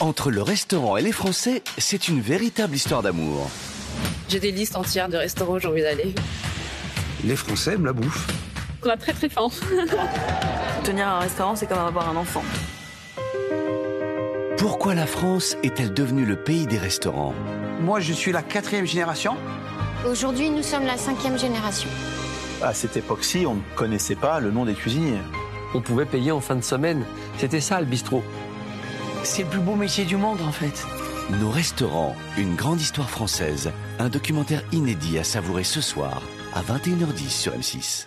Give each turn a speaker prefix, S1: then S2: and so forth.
S1: Entre le restaurant et les Français, c'est une véritable histoire d'amour.
S2: J'ai des listes entières de restaurants où j'ai envie d'aller.
S3: Les Français aiment la bouffe.
S4: On a très très faim.
S5: Tenir un restaurant, c'est comme avoir un enfant.
S1: Pourquoi la France est-elle devenue le pays des restaurants
S6: Moi, je suis la quatrième génération.
S7: Aujourd'hui, nous sommes la cinquième génération.
S8: À cette époque-ci, on ne connaissait pas le nom des cuisiniers.
S9: On pouvait payer en fin de semaine. C'était ça, le bistrot.
S10: C'est le plus beau métier du monde, en fait.
S1: Nos restaurants, une grande histoire française. Un documentaire inédit à savourer ce soir à 21h10 sur M6.